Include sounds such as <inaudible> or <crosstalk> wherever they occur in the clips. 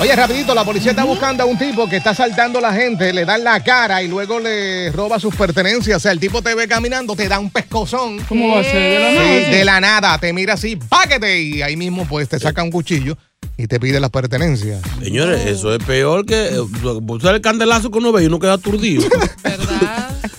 Oye, rapidito, la policía está buscando a un tipo que está asaltando a la gente, le dan la cara y luego le roba sus pertenencias. O sea, el tipo te ve caminando, te da un pescozón. ¿Cómo va a ser? De la Sí, nada. de la nada, te mira así, páquete, y ahí mismo pues te saca un cuchillo y te pide las pertenencias. Señores, eso es peor que eh, usar el candelazo que uno ve y uno queda aturdido.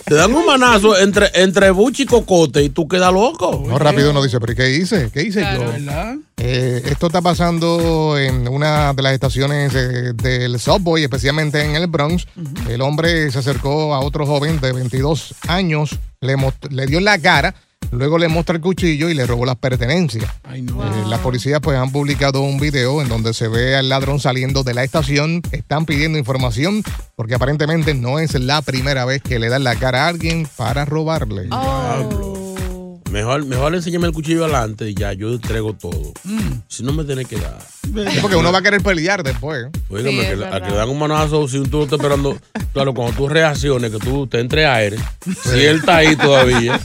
Te dan un manazo entre, entre buchi y cocote y tú quedas loco. No, rápido uno dice, pero ¿qué hice? ¿Qué hice yo? ¿Verdad? Eh, esto está pasando en una de las estaciones eh, del subway, especialmente en el Bronx. El hombre se acercó a otro joven de 22 años, le, mos- le dio en la cara, luego le muestra el cuchillo y le robó las pertenencias. Ay, no. Eh, las policías pues han publicado un video en donde se ve al ladrón saliendo de la estación. Están pidiendo información porque aparentemente no es la primera vez que le dan la cara a alguien para robarle. Ah, Mejor, mejor enséñame el cuchillo adelante y ya yo entrego todo. Si no me tiene que dar. Sí, <laughs> porque uno va a querer pelear después. Óigame, que, a que le dan un manazo si tú lo estás esperando. Claro, cuando tú reacciones, que tú te entre aire, si él está ahí todavía.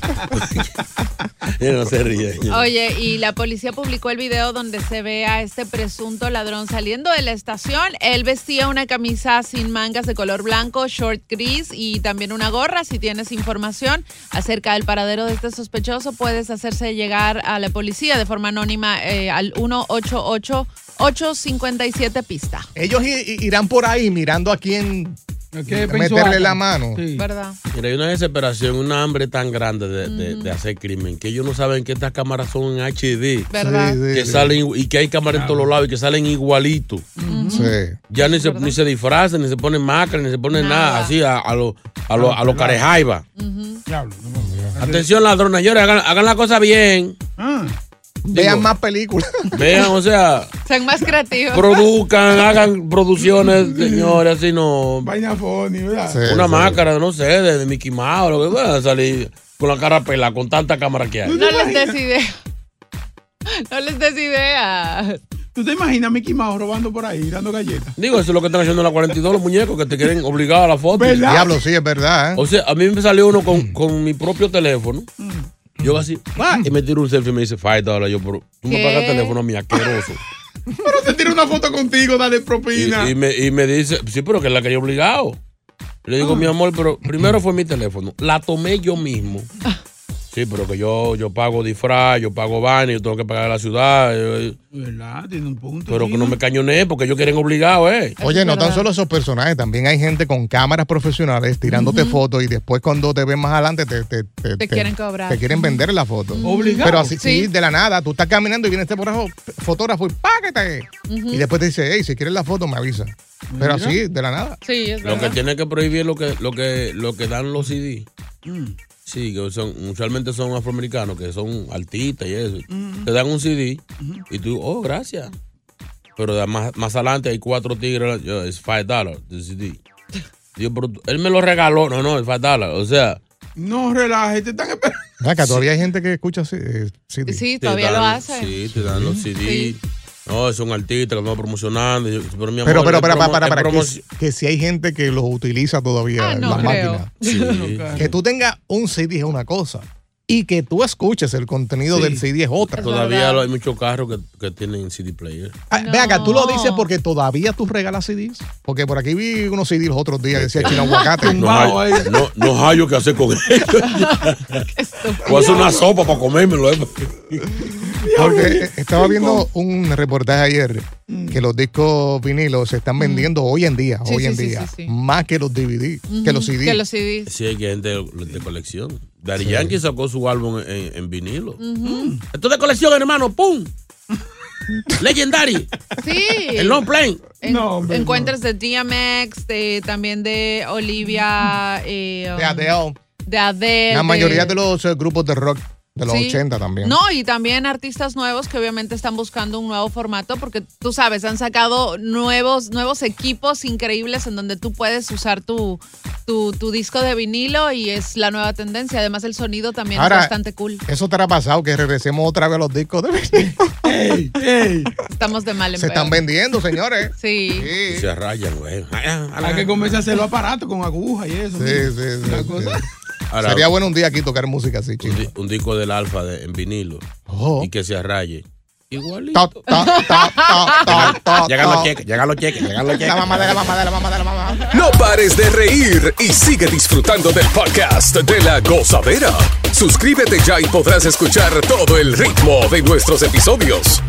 Él no se ríe. señor. Oye, y la policía publicó el video donde se ve a este presunto ladrón saliendo de la estación. Él vestía una camisa sin mangas de color blanco, short gris y también una gorra. Si tienes información acerca del paradero de este sospechoso, puedes hacerse llegar a la policía de forma anónima eh, al 188-857 pista. Ellos i- i- irán por ahí mirando a quién ¿Qué pensó meterle Adam? la mano. Sí. ¿Verdad? Mira, hay una desesperación, una hambre tan grande de, de- de hacer crimen que ellos no saben que estas cámaras son en HD. ¿Verdad? Sí, sí, Que sí. salen y que hay cámaras en todos los lados y que salen igualitos. Sí. Ya ni se, ni se disfrazan, ni se ponen máscara, ni se ponen nada, Nada. así a, a los a lo, a lo carejaiba. Diablo, no, no. Atención, ladrones, señores, hagan, hagan la cosa bien. Ah, Vean más <laughs> películas. Vean, o sea, Sean más creativos. produzcan, hagan producciones, señores, así no. vaina funny, ¿verdad? Sí, Una sí. máscara, no sé, de, de Mickey Mouse, lo que van a salir con la cara pela, con tanta cámara que hay. No les des ideas. No les des ideas. ¿Tú te imaginas a Mickey Mouse robando por ahí, dando galletas? Digo, eso es lo que están haciendo en la 42, los muñecos que te quieren obligar a la foto. ¿Verdad? Diablo, sí, es verdad. ¿eh? O sea, a mí me salió uno con, con mi propio teléfono. Yo así, ¡pa! y me tiro un selfie y me dice, five dólares. Yo, pero tú me ¿Qué? pagas el teléfono a mí, asqueroso. Pero te tira una foto contigo, dale propina. Y, y me, y me dice, sí, pero que es la que yo he obligado. Le digo, mi amor, pero primero fue mi teléfono. La tomé yo mismo. Sí, pero que yo, yo pago disfraz, yo pago vaina, yo tengo que pagar a la ciudad. yo- ¿Verdad? Tiene un punto. pero que no Gina. me cañoné porque ellos quieren obligado, ¿eh? Oye, es no tan verdad. solo esos personajes, también hay gente con cámaras profesionales tirándote fotos y después cuando te ven más adelante te, te, te- Te quieren cobrar. Te quieren vender la foto. Obligado. Pero así, sí. Sí. de la nada, tú estás caminando y viene este borrajo, fotógrafo y págate. Y después te dice, hey, si quieres la foto me avisa. Pero así, de la nada. Sí, es Lo que verdad. tiene que prohibir es lo que, lo que, lo que dan los CD. Mm. Sí, que son, usualmente son afroamericanos, que son artistas y eso. Mm. Te dan un CD y Mm-hmm. tú, oh, gracias. Pero da- más, más adelante hay cuatro tigres, yo, es five dollars the CD. <laughs> Digo, pero tú- él me lo regaló, no, no, es five dollars. O sea, No relajes, te están esperando. Acá todavía hay gente que escucha así. eh, CD. Sí, te todavía dan- lo hace. Sí, te dan los CD. Sí. No, son artistas que están promocionando. Yo, pero, mi amor, Pero, pero, es pero, para, promo- para, es para, que, promo- si- que si hay gente que los utiliza todavía Ah, en no las creo. máquinas. <laughs> Sí. Que tú tengas un CD es una cosa y que tú escuches el contenido Sí. del CD es otra. Eso- Todavía verdad. lo- hay muchos carros que, que tienen CD player. Ah, Ve acá, tú lo dices No. porque todavía tú regalas CDs. Porque por aquí vi unos CDs los otros días, decía chino aguacate. No, Wow, hay, eh. no, no hallo qué hacer con ellos. Voy a hacer una sopa para comérmelo. eh. Porque estaba viendo un reportaje ayer que los discos vinilos se están vendiendo hoy en día, Mm. Sí, hoy sí, en sí, día, sí, sí. más que los DVD, que los CD. Que los CDs. Sí, hay gente de, de colección. Daddy Yankee sacó su álbum en, en vinilo. Esto es de colección, hermano. ¡Pum! Legendary. Sí. <laughs> El long plane. En- No, hombre, encuentros de DMX, de- también de Olivia, eh, um, De Adele. de Adele, La de- mayoría de los eh, grupos de rock de los Sí. 80 también. No, y también artistas nuevos que obviamente están buscando un nuevo formato porque tú sabes, han sacado nuevos, nuevos equipos increíbles en donde tú puedes usar tu, tu, tu disco de vinilo y es la nueva tendencia. Además, el sonido también Ahora, es bastante cool. Eso te ha pasado que regresemos otra vez a los discos de vinilo. ¡Ey, ey! Estamos <laughs> de mal en Se peor. están vendiendo, señores. Sí. Sí, Y sí, se rayan, güey. Ah. Hay que comerse a hacerlo aparato con aguja y eso. sí. mira. sí, Una sí. cosa. Ahora, Sería bueno un día aquí tocar música así, un, chicos. di- un disco del alfa de- en vinilo Oh. y que se raye. Igualito. Ta, ta, ta, ta, ta, ta, Llegan los ta. cheques, llegan los cheques, llegan los cheques. La mamá de la mamá de la mamá de la mamá. No pares de reír y sigue disfrutando del podcast de la gozadera. Suscríbete ya y podrás escuchar todo el ritmo de nuestros episodios.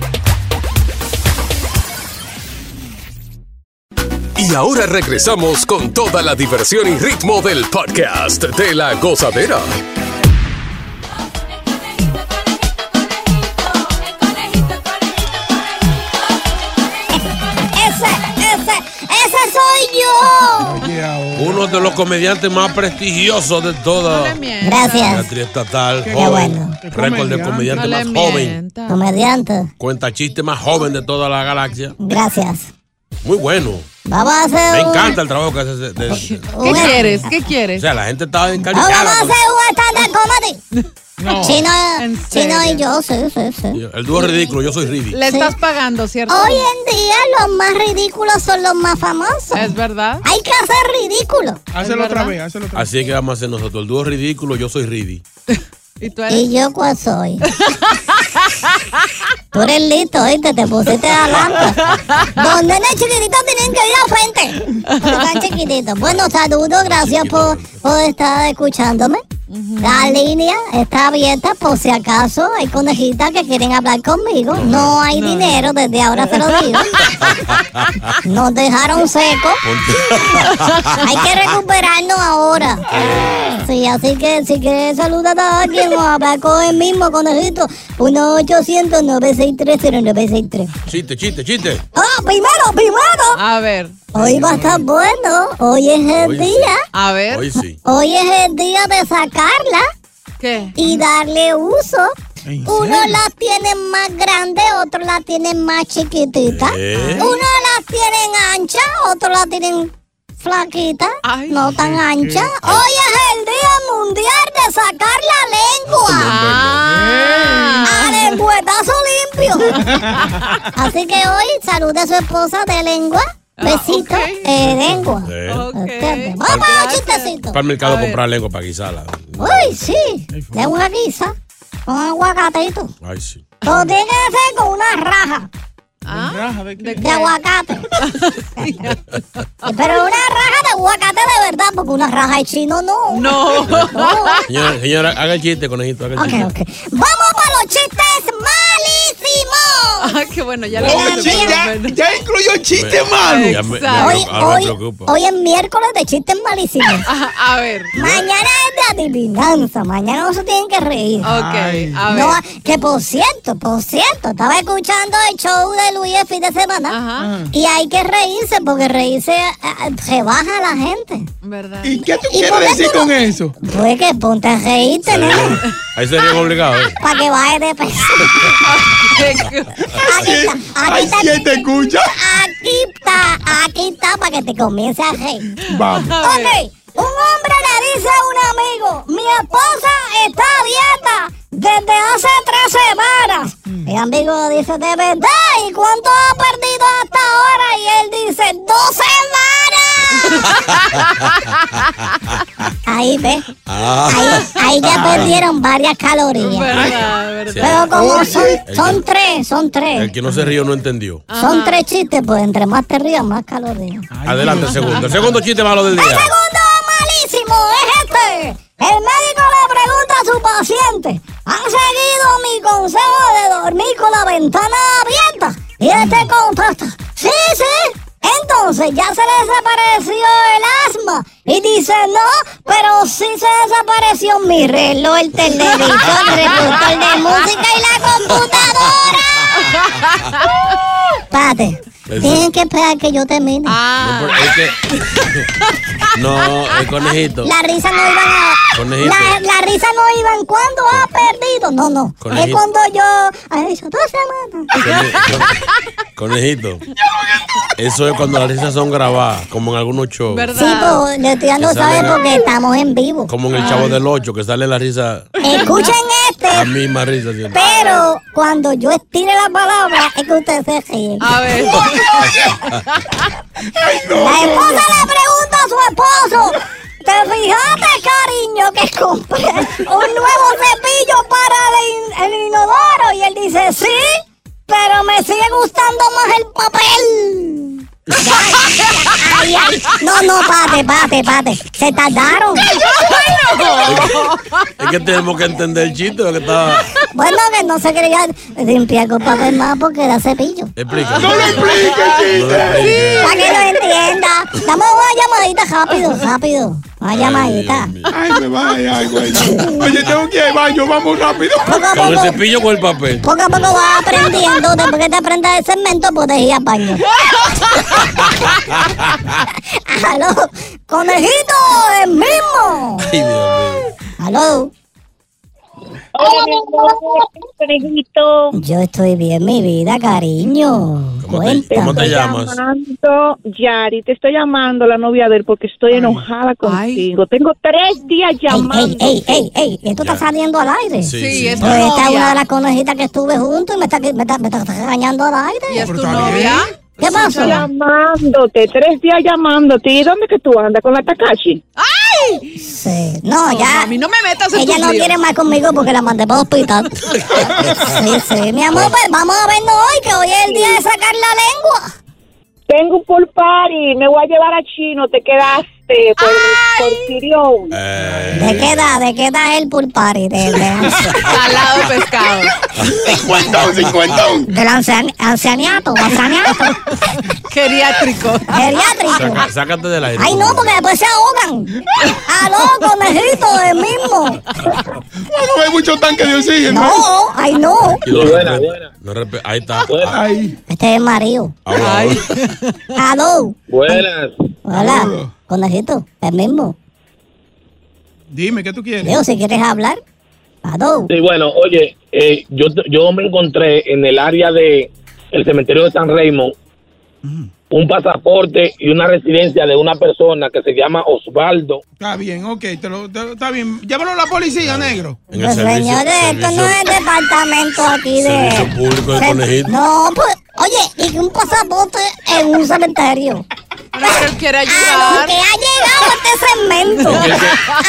Y ahora regresamos con toda la diversión y ritmo del podcast de la gozadera. Ese, ese, ese soy yo. Oye, ahora. Uno de los comediantes más prestigiosos de No toda le mientas. la Gracias, triestatal. Qué Joven, bueno. récord de comediante No le más joven. mientas. comediante. Cuenta chiste más joven de toda la galaxia. Gracias. Muy bueno. Vamos a hacer Me un- encanta el trabajo que hace. ese- de- de- ¿Qué quieres? ¿Qué o quieres? sea, la gente está Oh, Vamos encarnizada. a hacer un stand-up comedy. No. ¿en Chino, serio? Chino y yo, sí, sí, sí. El dúo ridículo, yo soy ridículo. Le estás pagando, ¿cierto? Hoy en día los más ridículos son los más famosos. Es verdad. Hay que hacer ridículo. Hácelo otra ¿verdad? vez, hácelo otra vez. Así es que vamos a hacer nosotros. El dúo ridículo, yo soy Ridi. Y tú eres. ¿Y yo cuál soy? <laughs> Tú eres listo, ¿oíste? Te pusiste adelante. Los nenes chiquititos tienen que ir al frente. Porque Están chiquititos. Bueno, saludos, gracias por, por estar escuchándome. La línea está abierta por si acaso hay conejitas que quieren hablar conmigo. No hay dinero, desde ahora se lo digo. <laughs> Nos dejaron secos. Hay que recuperarnos ahora. Sí, así que si quieres saludar a alguien o hablar con él mismo, conejito, 1-800-963-0963. Chiste, chiste, chiste. ¡Oh, primero, primero! A ver, Hoy va a estar bueno. Hoy es Hoy el sí. día. a ver. Hoy sí. Hoy es el día de sacarla ¿Qué? y darle uso. ¿En Uno serio? las tiene más grande, otro la tiene más chiquitita. ¿Eh? Uno las tienen ancha, otro la tienen flaquita, Ay. no tan ancha. Hoy es el día mundial de sacar la lengua. Ah. A lengüetazo limpio. <laughs> Así que hoy salude a su esposa de lengua. Besito, Ah, ok. eh, lengua. Eh. Ok. ¿Entiendes? Vamos a los Gracias. chistecitos. Para el mercado A ver. comprar lengua para guisarla. Uy, sí. Lengua guisa. Con aguacatito. Ay, sí. Lo tiene que hacer con una raja Ah. Raja de qué? ¿De de qué? aguacate. Pero una raja de aguacate de verdad, porque una raja de chino no. No. <laughs> Señora, señora, haga el chiste, conejito, haga el Ok, chiste. ok. Vamos para los chistes malísimos. Ah, qué bueno, ya lo Oh, hice, sí, por lo ya, menos. ya incluyó chiste malo. Ya me, ya me- Exacto. Hoy, ahora me hoy, preocupa. hoy es miércoles de chistes malísimos. Ah, a ver. Mañana es de adivinanza. Mañana no se tienen que reír. Ok, Ay. a ver. No, que por cierto, por cierto, estaba escuchando el show de Luis el fin de semana. Ajá, Y hay que reírse porque reírse eh, eh, rebaja a la gente. verdad. <laughs> ¿Y qué tú ¿Y quieres por qué decir tú no- con eso? Pues que ponte a reírte, nene, Ahí se ríen obligado, ¿eh? para que baje de peso. Aquí está, aquí Ay, está, si él te escucha. aquí está, aquí está, para que te comience a reír. Vamos. A ver. Ok, un hombre le dice a un amigo, mi esposa está a dieta desde hace tres semanas. El amigo dice, ¿de verdad? ¿Y cuánto ha perdido hasta ahora? Y él dice, dos <laughs> semanas. ahí ve, Ah. ahí, ahí ya perdieron varias calorías. Verdad, verdad. Pero como son, El son tres, son El tres. que no se rió no entendió. Son tres chistes, pues entre más te rías, más calorías. Adelante, el segundo. El segundo chiste malo del El día. segundo malísimo es este. El médico le pregunta a su paciente, ¿han seguido mi consejo de dormir con la ventana abierta? Y este contesta, sí, sí. Entonces ya se le desapareció el asma. Y dice, no, pero sí se desapareció mi reloj, el televisor, el reproductor de música y la computadora. Pate. Tienen que esperar que yo termine. Ah, No, pero es que- No, el conejito. La risa no iban a. Conejito. La, la risa no iban cuando ha perdido. No, no. Es Conejito. cuando yo. A eso, dos semanas. Cone- con- Conejito. Eso es cuando las risas son grabadas, como en algunos shows. Sí, ¿verdad? pues le estoy dando Esa sabe era- porque estamos en vivo. Como en el Chavo del Ocho, que sale la risa, Escuchen la este, misma risa. siempre. pero cuando yo estire la palabra es que ustedes se ríen. A ver. La esposa le pregunta a su esposo. ¿Te fijaste, cariño, que compré un nuevo cepillo para el, in- el inodoro? Y él dice, sí, pero me sigue gustando más el papel. Ay, ay. No, no, pate, pate, pate. Se tardaron. Es que tenemos que entender el chiste, lo que estaba. Bueno, que no se quería limpiar con papel más porque era cepillo. Explica. No lo expliques, Para que lo entienda. Damos una llamadita rápido, rápido. Una llamadita. Ay, me vaya, ay, güey. Oye, tengo que ir al baño, vamos rápido. Poco a Con el poco, cepillo o con el papel. poco a poco vas aprendiendo. Después que te aprendas el pues segmento, puedes ir al baño. Aló, conejito, el mismo. Ay, Dios mío. Aló, Hola, mi amor, conejito. yo estoy bien, mi vida, cariño. ¿Cómo te, cómo te Cuéntame. llamas? Llamando, Yari, te estoy llamando la novia de él porque estoy enojada contigo. Tengo tres días Ey, llamando. ey, ey, ey, ey, esto está saliendo al aire. Sí, Sí, sí. es tu Pues esta es una de novia. las conejitas que estuve junto y me está, me está, me está regañando al Y aire. es tu Pero está novia. ¿Qué pasó? Llamándote, tres días llamándote. ¿Y dónde que tú andas con la Takashi? Sí. No, ya. A mí no me metas en Ella tus no líos. quiere más conmigo porque la mandé para el hospital. Sí, sí. Mi amor, pues vamos a vernos hoy, que hoy es el día de sacar la lengua. Tengo un pool party, me voy a llevar a Chino, te quedaste por, por Sirión. Eh, ¿De qué edad? ¿De qué edad es el pool party? De, de, Salado de pescado. Cincuentón, cincuentón. del ancian- ancianiato, ancianiato, Geriátrico. geriátrico. saca- sácate del aire. Ay, no, porque después se ahogan. Aló, conejito, el mismo. No hay mucho tanque de oxígeno. No, ay, no. Y lo respeta, lo respe- Ahí está. Ah, Ay, Este es el marido. ahora, ahora. Aló. Buenas. Hola, conejito, el mismo. dime, ¿qué tú quieres? Leo, si quieres hablar. Aló. Sí, bueno, oye, eh, yo, yo me encontré en el área de el cementerio de San Raymond un pasaporte y una residencia de una persona que se llama Osvaldo. Está bien, ok, te lo, te- está bien. Llévalo a la policía, negro. En el Pues, servicio, señores, esto no es servicio- departamento aquí de. servicio público de Se- conejito. No, pues, oye, y que un pasaporte en un cementerio. Ah, Bueno, pero él quiere A lo ayudar. que ha llegado este <laughs> segmento. a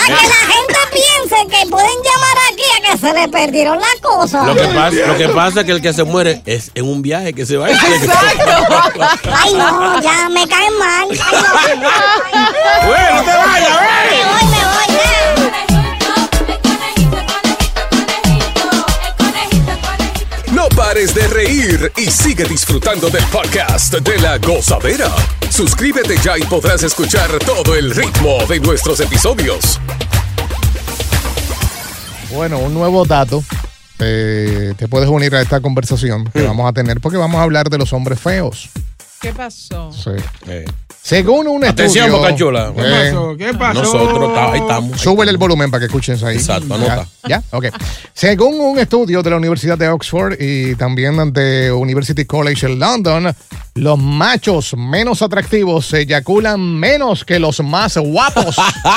que la gente piense que pueden llamar aquí a que se le perdieron las cosas. Lo que, pasa, lo que pasa es que el que se muere es en un viaje que se va. Exacto. Ay, no, ya me caen mal. Ay, no, Bueno, te vayas, me voy, me voy, ya. No pares de reír y sigue disfrutando del podcast de la gozadera. Suscríbete ya y podrás escuchar todo el ritmo de nuestros episodios. Bueno, un nuevo dato. eh, te puedes unir a esta conversación que vamos a tener porque vamos a hablar de los hombres feos. ¿Qué pasó? Sí. Eh, Según un Atención, estudio... Bocachola. ¿Qué Eh, pasó? ¿Qué pasó? Nosotros ta- ahí estamos. Súbele el volumen para que escuchen eso ahí. Exacto, anota. ¿Ya? Ok. Según un estudio de la Universidad de Oxford y también de University College en London, los machos menos atractivos se eyaculan menos que los <laughs> más guapos.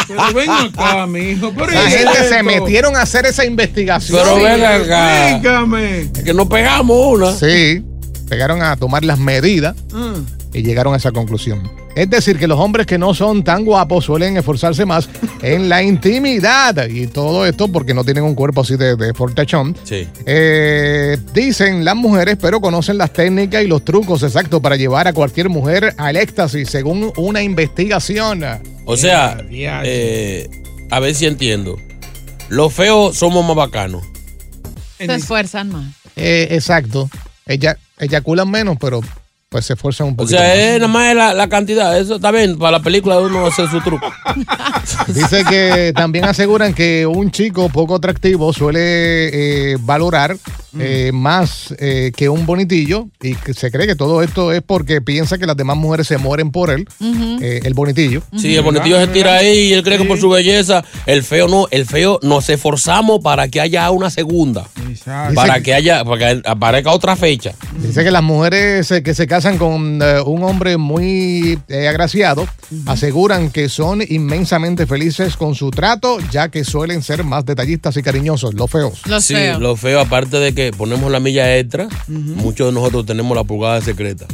Pero ven acá, mijo. Pero La ¿y gente se esto? metieron a hacer esa investigación. Pero ven acá. Dígame. Que nos pegamos una. Sí, llegaron a tomar las medidas Mm. y llegaron a esa conclusión. Es decir, que los hombres que no son tan guapos suelen esforzarse <laughs> más en la intimidad. Y todo esto porque no tienen un cuerpo así de, de fortachón. Sí. Eh, dicen las mujeres, pero conocen las técnicas y los trucos exactos para llevar a cualquier mujer al éxtasis, según una investigación. O sea, Ya, ya. eh, a ver si entiendo. Los feos somos más bacanos. Se esfuerzan más. Eh, exacto. Ella, eyaculan menos, pero pues se esfuerzan un O poquito. sea, más. es nada más la, la cantidad. Eso está bien. Para la película uno hace su truco. Dice que también aseguran que un chico poco atractivo suele eh, valorar eh, más eh, que un bonitillo y que se cree que todo esto es porque piensa que las demás mujeres se mueren por él, eh, el bonitillo. Sí, el bonitillo se tira ahí y él cree que por su belleza, el feo no, el feo nos esforzamos para que haya una segunda. Para que haya, para que aparezca otra fecha. Dice que las mujeres eh, que se casan con eh, un hombre muy eh, agraciado aseguran que son inmensamente felices con su trato, ya que suelen ser más detallistas y cariñosos, los feos. sí, lo feo, aparte de que ponemos la milla extra, muchos de nosotros tenemos la pulgada <laughs> secreta.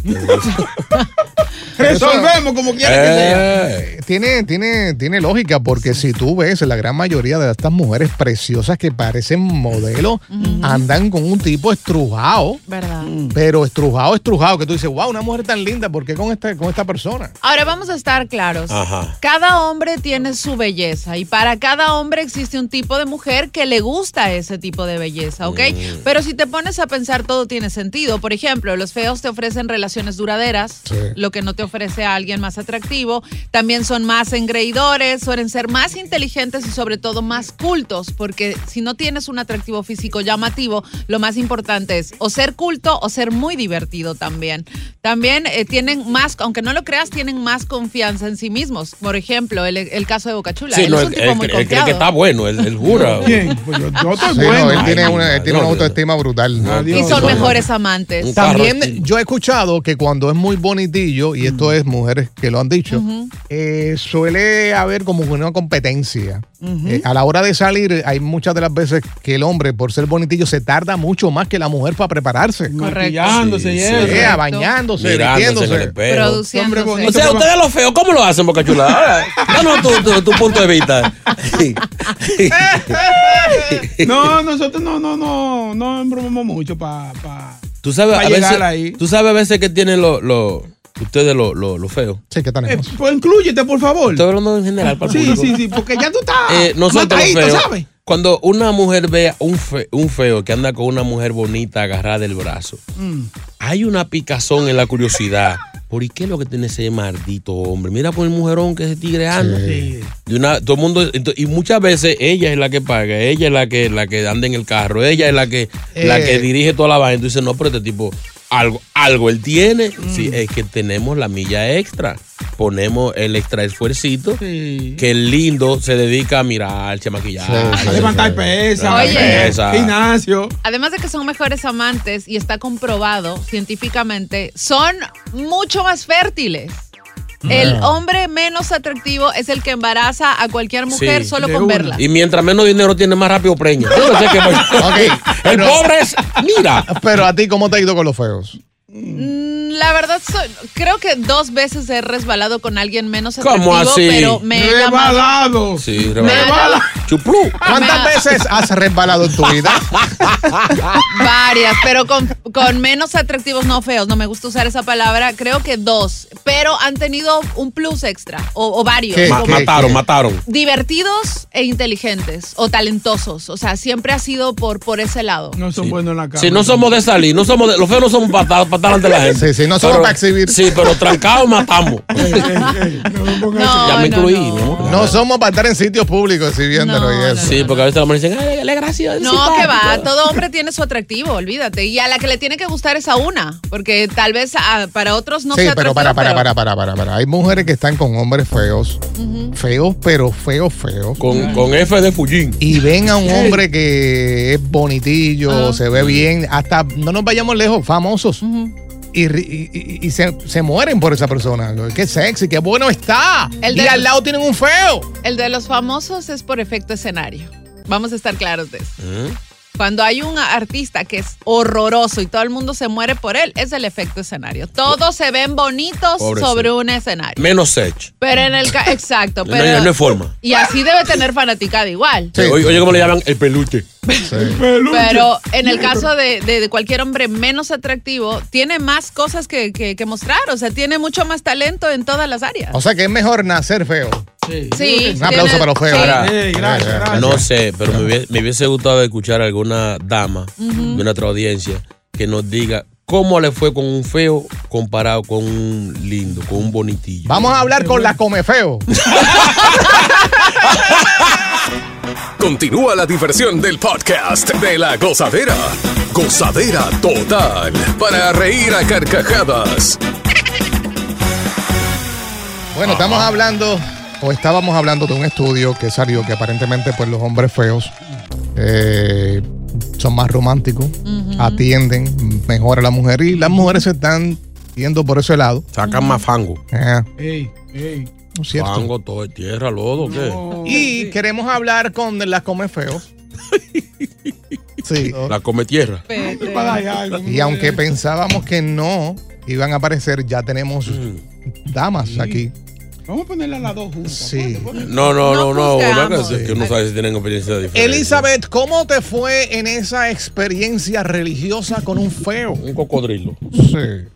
Resolvemos como quiera que Eh. sea. Eh, Tiene, tiene, tiene lógica, porque si tú ves, la gran mayoría de estas mujeres preciosas que parecen modelos andan con un tipo estrujado, ¿Verdad? pero estrujado, estrujado, que tú dices, wow, una mujer tan linda, ¿por qué con esta, con esta persona? Ahora vamos a estar claros. Ajá. Cada hombre tiene su belleza y para cada hombre existe un tipo de mujer que le gusta ese tipo de belleza, ¿ok? Pero si te pones a pensar, todo tiene sentido. Por ejemplo, los feos te ofrecen relaciones duraderas, Sí. lo que no te ofrece a alguien más atractivo. También son más engreidores, suelen ser más inteligentes y sobre todo más cultos, porque si no tienes un atractivo físico llamativo, lo más importante es o ser culto o ser muy divertido también. También eh, tienen más, aunque no lo creas, tienen más confianza en sí mismos. Por ejemplo, el, el caso de Bocachula. Sí, él no, es él, un tipo él muy cree- él cree confiado. que está bueno, él, él jura. <laughs> ¿Quién? Pues yo Sí, no, él tiene una, él tiene una autoestima brutal. y son mejores amantes. También yo he escuchado que cuando es muy bonitillo, y esto es mujeres que lo han dicho, eh, suele haber como una competencia. Eh, a la hora de salir, hay muchas de las veces que el hombre, por ser bonitillo, se tarda mucho más que la mujer para prepararse. Maquillándose y Sí, eso. sí. Yeah, Mirándose bañándose, en el vistiéndose. espejo. Produciéndose. O sea, ustedes los feos, ¿cómo lo hacen, Boca <laughs> Chula? Ahora, Danos tu, tu- tu punto de vista. <laughs> No, nosotros no, no, no, no embromamos mucho para. Pa. Tú sabes, Pa a veces, llegar ahí. tú sabes a veces que tienen los los- ustedes los los los feos. Sí, que Eh, pues inclúyete, por favor. Estoy hablando en general para el Sí, público. sí, sí, porque ya tú estás. Eh, nosotros los Ah, matadito, feos. ¿sabes? Cuando una mujer ve a un, fe- un feo que anda con una mujer bonita agarrada del brazo, hay una picazón en la curiosidad. ¿Por qué es lo que tiene ese maldito hombre? Mira por el mujerón que ese tigre anda. De una- todo el mundo, ento- y muchas veces ella es la que paga, ella es la que, la que anda en el carro, ella es la que, la Eh. que dirige toda la vaina. Entonces, no, pero este tipo, algo, algo él tiene. Sí, es que tenemos la milla extra. Ponemos el extra esfuercito que el lindo se dedica a mirarse, a maquillarse. A levantar pesas, Oye. pesa. gimnasio. Además de que son mejores amantes y está comprobado científicamente, son mucho más fértiles. El Ah. hombre menos atractivo es el que embaraza a cualquier mujer Sí. solo con verla. Y mientras menos dinero tiene, más rápido preña. Yo no sé qué- <laughs> el pobre es. Mira. Pero a ti, ¿cómo te ha ido con los feos? Mm, La verdad, so- creo que dos veces he resbalado con alguien menos ¿Cómo atractivo, así? pero me he llamado. Rebalado. Sí, Rebalado. Chuplú. ¿Cuántas veces has resbalado en tu vida? Varias, pero con, con menos atractivos, no feos. No me gusta usar esa palabra. Creo que dos, pero han tenido un plus extra o, o varios. Ma- como- mataron, mataron. divertidos e inteligentes o talentosos. O sea, siempre ha sido por, por ese lado. No son buenos en la Si no somos de salir, no somos de- los feos no somos para estar ante la gente. Sí, sí, no somos Pero- para exhibir. Sí, pero trancados <laughs> matamos. ya me incluí, mi amor. No somos para estar en sitios públicos exhibiéndolo y eso. Sí, porque a veces las mujeres dicen, ay, ay, ay, gracioso. No, que va, todo hombre tiene su atractivo, olvídate. Y a la que le tiene que gustar es a una, porque tal vez ah, para otros no sí, sea pero atractivo, para, para, pero- para, para, para, para. Hay mujeres que están con hombres feos. Feos, pero feos, feos. Con, con F de Fujin. Y <laughs> ven a un hombre que es bonitillo, Ah. se ve bien, hasta no nos vayamos lejos, famosos. Y, ri- y- y- y se, se mueren por esa persona. Qué sexy, qué bueno está. El y de- al lado tienen un feo. El de los famosos es por efecto escenario. Vamos a estar claros de eso. ¿Eh? Cuando hay un artista que es horroroso y todo el mundo se muere por él, es el efecto escenario. Todos se ven bonitos Pobre sobre sí. un escenario. Menos Sech. Pero en el... ca- Exacto, No, hay- pero... no hay forma. Y así debe tener fanaticada igual. Oye, oye, ¿cómo le llaman? El peluche. Pero en el caso de, de- de cualquier hombre menos atractivo, tiene más cosas que, que- que mostrar. O sea, tiene mucho más talento en todas las áreas. O sea que es mejor nacer feo. Sí. Un aplauso para los feos. Ahora, Ey, gracias, gracias. Eh, No sé, pero me hubiese, me hubiese gustado escuchar a alguna dama de nuestra audiencia que nos diga ¿Cómo le fue con un feo comparado con un lindo, con un bonitillo? Vamos a hablar con la Comefeo. Continúa la diversión del podcast de la gozadera. Gozadera total. Para reír a carcajadas. Bueno, estamos hablando, o estábamos hablando de un estudio que salió que aparentemente pues los hombres feos eh, son más románticos, atienden mejor a la mujer y las mujeres se están yendo por ese lado. Sacan más fango. Eh, Ey, ey. no es cierto. Fango, todo es tierra, lodo, ¿qué? Y queremos hablar con las come feos. Sí. La come tierra. Vete. Para allá, algo. Y aunque pensábamos que no iban a aparecer, ya tenemos damas aquí. Vamos a ponerla a las dos juntas. Sí. Ponte, ponte. No, no, no, No no. juzgamos. ¿verdad? Que, que uno sabe si tienen experiencia diferente. Elizabeth, ¿cómo te fue en esa experiencia religiosa con un feo? Un cocodrilo. Sí.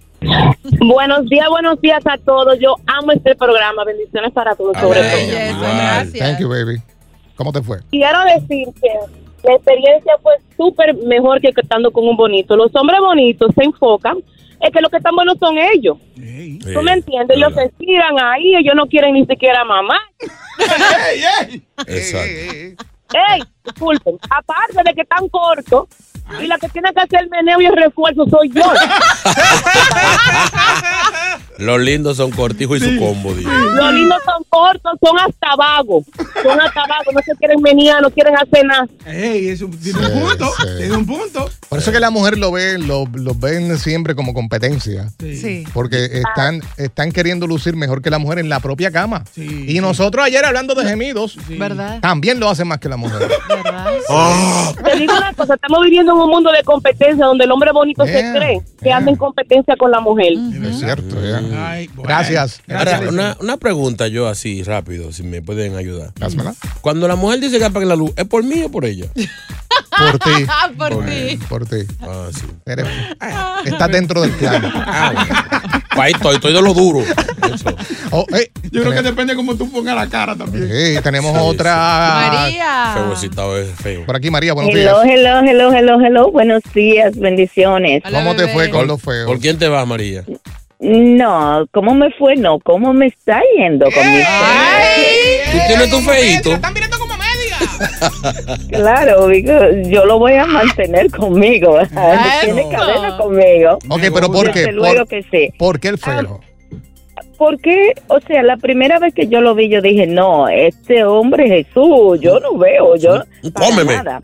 Buenos días, buenos días a todos. Yo amo este programa. Bendiciones para todos, sobre Amén. todo. Belleza, Igual. gracias. Thank you, baby. ¿Cómo te fue? Quiero decir que la experiencia fue súper mejor que estando con un bonito. Los hombres bonitos se enfocan es que los que están buenos son ellos. Ey. ¿Tú me entiendes? Ellos se tiran ahí, ellos no quieren ni siquiera mamá. Exacto. ¡Ey! Disculpen, aparte de que están cortos, y la que tiene que hacer el meneo y el refuerzo soy yo. Los lindos son cortijo y su combo, digo. Los lindos son cortos, son hasta vagos. Son hasta vagos, no se quieren venir, no quieren hacer nada. Ey, es un, tiene un punto. sí. Tiene un punto. Por eso que la mujer lo ve, lo, lo ven siempre como competencia. Sí. Porque están, están queriendo lucir mejor que la mujer en la propia cama. Sí, y nosotros ayer hablando de gemidos, ¿Verdad? también lo hacen más que la mujer. ¿Verdad? Te digo una cosa, estamos viviendo en un mundo de competencia donde el hombre bonito Yeah, se cree que yeah. anda en competencia con la mujer. es cierto, ya. Ay, bueno. Gracias. Gracias. Ahora, una, una pregunta yo así rápido, si me pueden ayudar. Házmela. Cuando la mujer dice que apaguen la luz, ¿es por mí o por ella? Por ti. Ah, por ti. Por ti. Ah, sí. Eres- estás dentro del plan. Ah, bueno. Ahí estoy, estoy de lo duro. Eso. Oh, eh, Yo creo que tenemos- depende cómo tú pongas la cara también. eh, tenemos Sí, sí. otra. Ah. Ah, María. Febocitado es feo. Por aquí, María, buenos Hello, días. hello, hello, hello, hello. Buenos días, bendiciones. Hola, ¿Cómo te bebé. fue con los feos? ¿Por quién te vas, María? No, ¿cómo me fue? No, ¿cómo me está yendo <laughs> con mi ¿Tú tienes tu feito? <laughs> Claro, because yo lo voy a mantener conmigo. <laughs> Tiene cadena conmigo. Ok, pero ¿por qué? Desde luego ¿Por, que sí. Ah, por qué el feo? Porque, o sea, la primera vez que yo lo vi, yo dije, no, este hombre es Jesús, yo no veo, yo Mm, para cómeme. nada.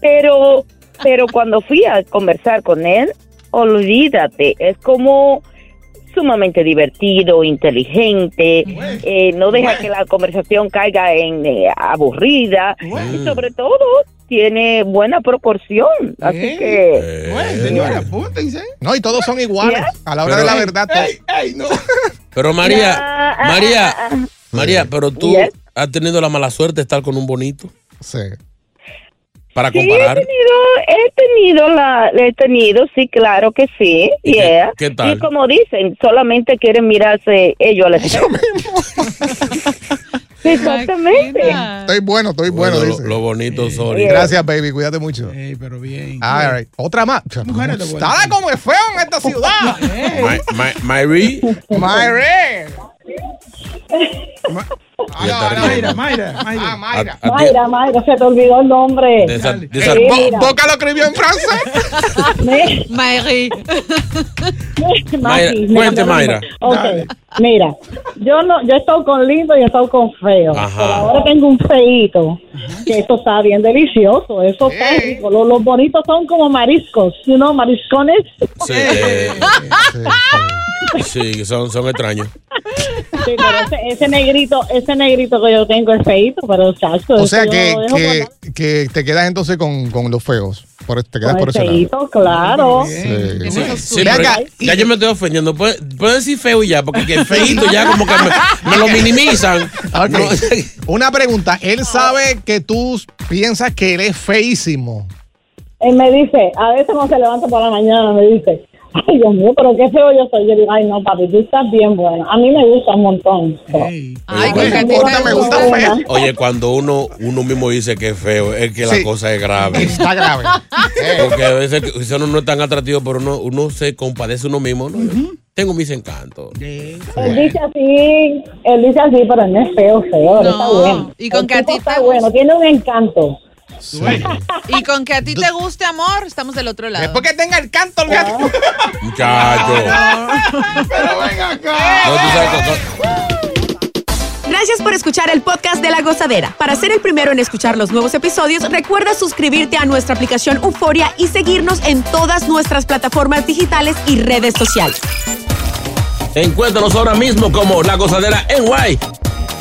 Pero, pero cuando fui a conversar con él, olvídate, es como sumamente divertido, inteligente, eh, no deja que la conversación caiga en eh, aburrida y Mm. sobre todo tiene buena proporción, así Eh. que... Bueno, señores, apúntense. No, y todos son iguales. A la hora de Pero- la verdad, todos- Ey, ey, no. Pero María, Ah, ah, ah, María, ah. María, pero tú Yes. has tenido la mala suerte de estar con un bonito sí. para Sí, he comparar. tenido, he tenido la, he tenido, sí, claro que sí, ¿Y qué- yeah. qué tal? Y como dicen, solamente quieren mirarse ellos al espejo. <laughs> Exactamente. Imagina. Estoy bueno, estoy bueno, Bueno, dice. lo, lo bonito, sorry. Gracias, baby. Cuídate mucho. Ey, pero bien. All right. Otra más. Eh, Mujeres de ¿eh? buena. Está como es feo en esta <laughs> ciudad. Ma- ma- Mayri, Mayre. Ah, no, Mayra, Mayra, Ah, Mayra. Mayra. a- a ti- Mayra, se te olvidó el nombre. <laughs> desa- desa- Sí, Eh, Bo- mira. Boca lo escribió en francés. Me- Marie. Mayra, Mati, cuente, no, no, Mayra. no. Ok, mira, yo no, yo he estado con lindo y he estado con feo. Ajá. Pero ahora tengo un feito, que eso está bien delicioso, eso está rico. Los, los bonitos son como mariscos, you know, mariscones. Sí, eh, <laughs> sí, son, son extraños. Sí, pero ese, ese negrito, ese negrito que yo tengo es feito, pero chacho, O eso sea yo que, lo dejo que, con- que te quedas entonces con, con los feos. Por, este, te quedas con por el ese lado. feíto, claro. Sí. Tiene esos Sí, Ven pero acá. ya yo me estoy ofendiendo. Puedes decir feo y ya, porque <laughs> que feito ya como que me, me lo minimizan. Ok. No, <laughs> Una pregunta. Él sabe que tú piensas que él es feísimo. Él me dice, a veces no se levanta por la mañana, me dice, Ay, Dios mío, pero qué feo yo soy. Yo digo, ay, no, papi, tú estás bien bueno. A mí me gusta un montón. pero- Oye, me cuando- gusta, me gusta feo. Oye, cuando uno, uno mismo dice que es feo, es que la cosa es grave. <laughs> Está grave. Porque a veces que- quizá uno no es tan atractivo, pero uno, uno se compadece uno mismo. ¿no? Tengo mis encantos. Él dice así, él dice así, pero no es feo, feo. está bueno. y con El que a tipo ti está te bueno, tiene un encanto. Y con que a ti te guste, amor, estamos del otro lado. Después que tenga el canto, el gato. <laughs> Muchacho. No, tú sabes que- Gracias por escuchar el podcast de La Gozadera. Para ser el primero en escuchar los nuevos episodios, recuerda suscribirte a nuestra aplicación Euforia y seguirnos en todas nuestras plataformas digitales y redes sociales. Encuéntranos ahora mismo como La Gozadera en Guay.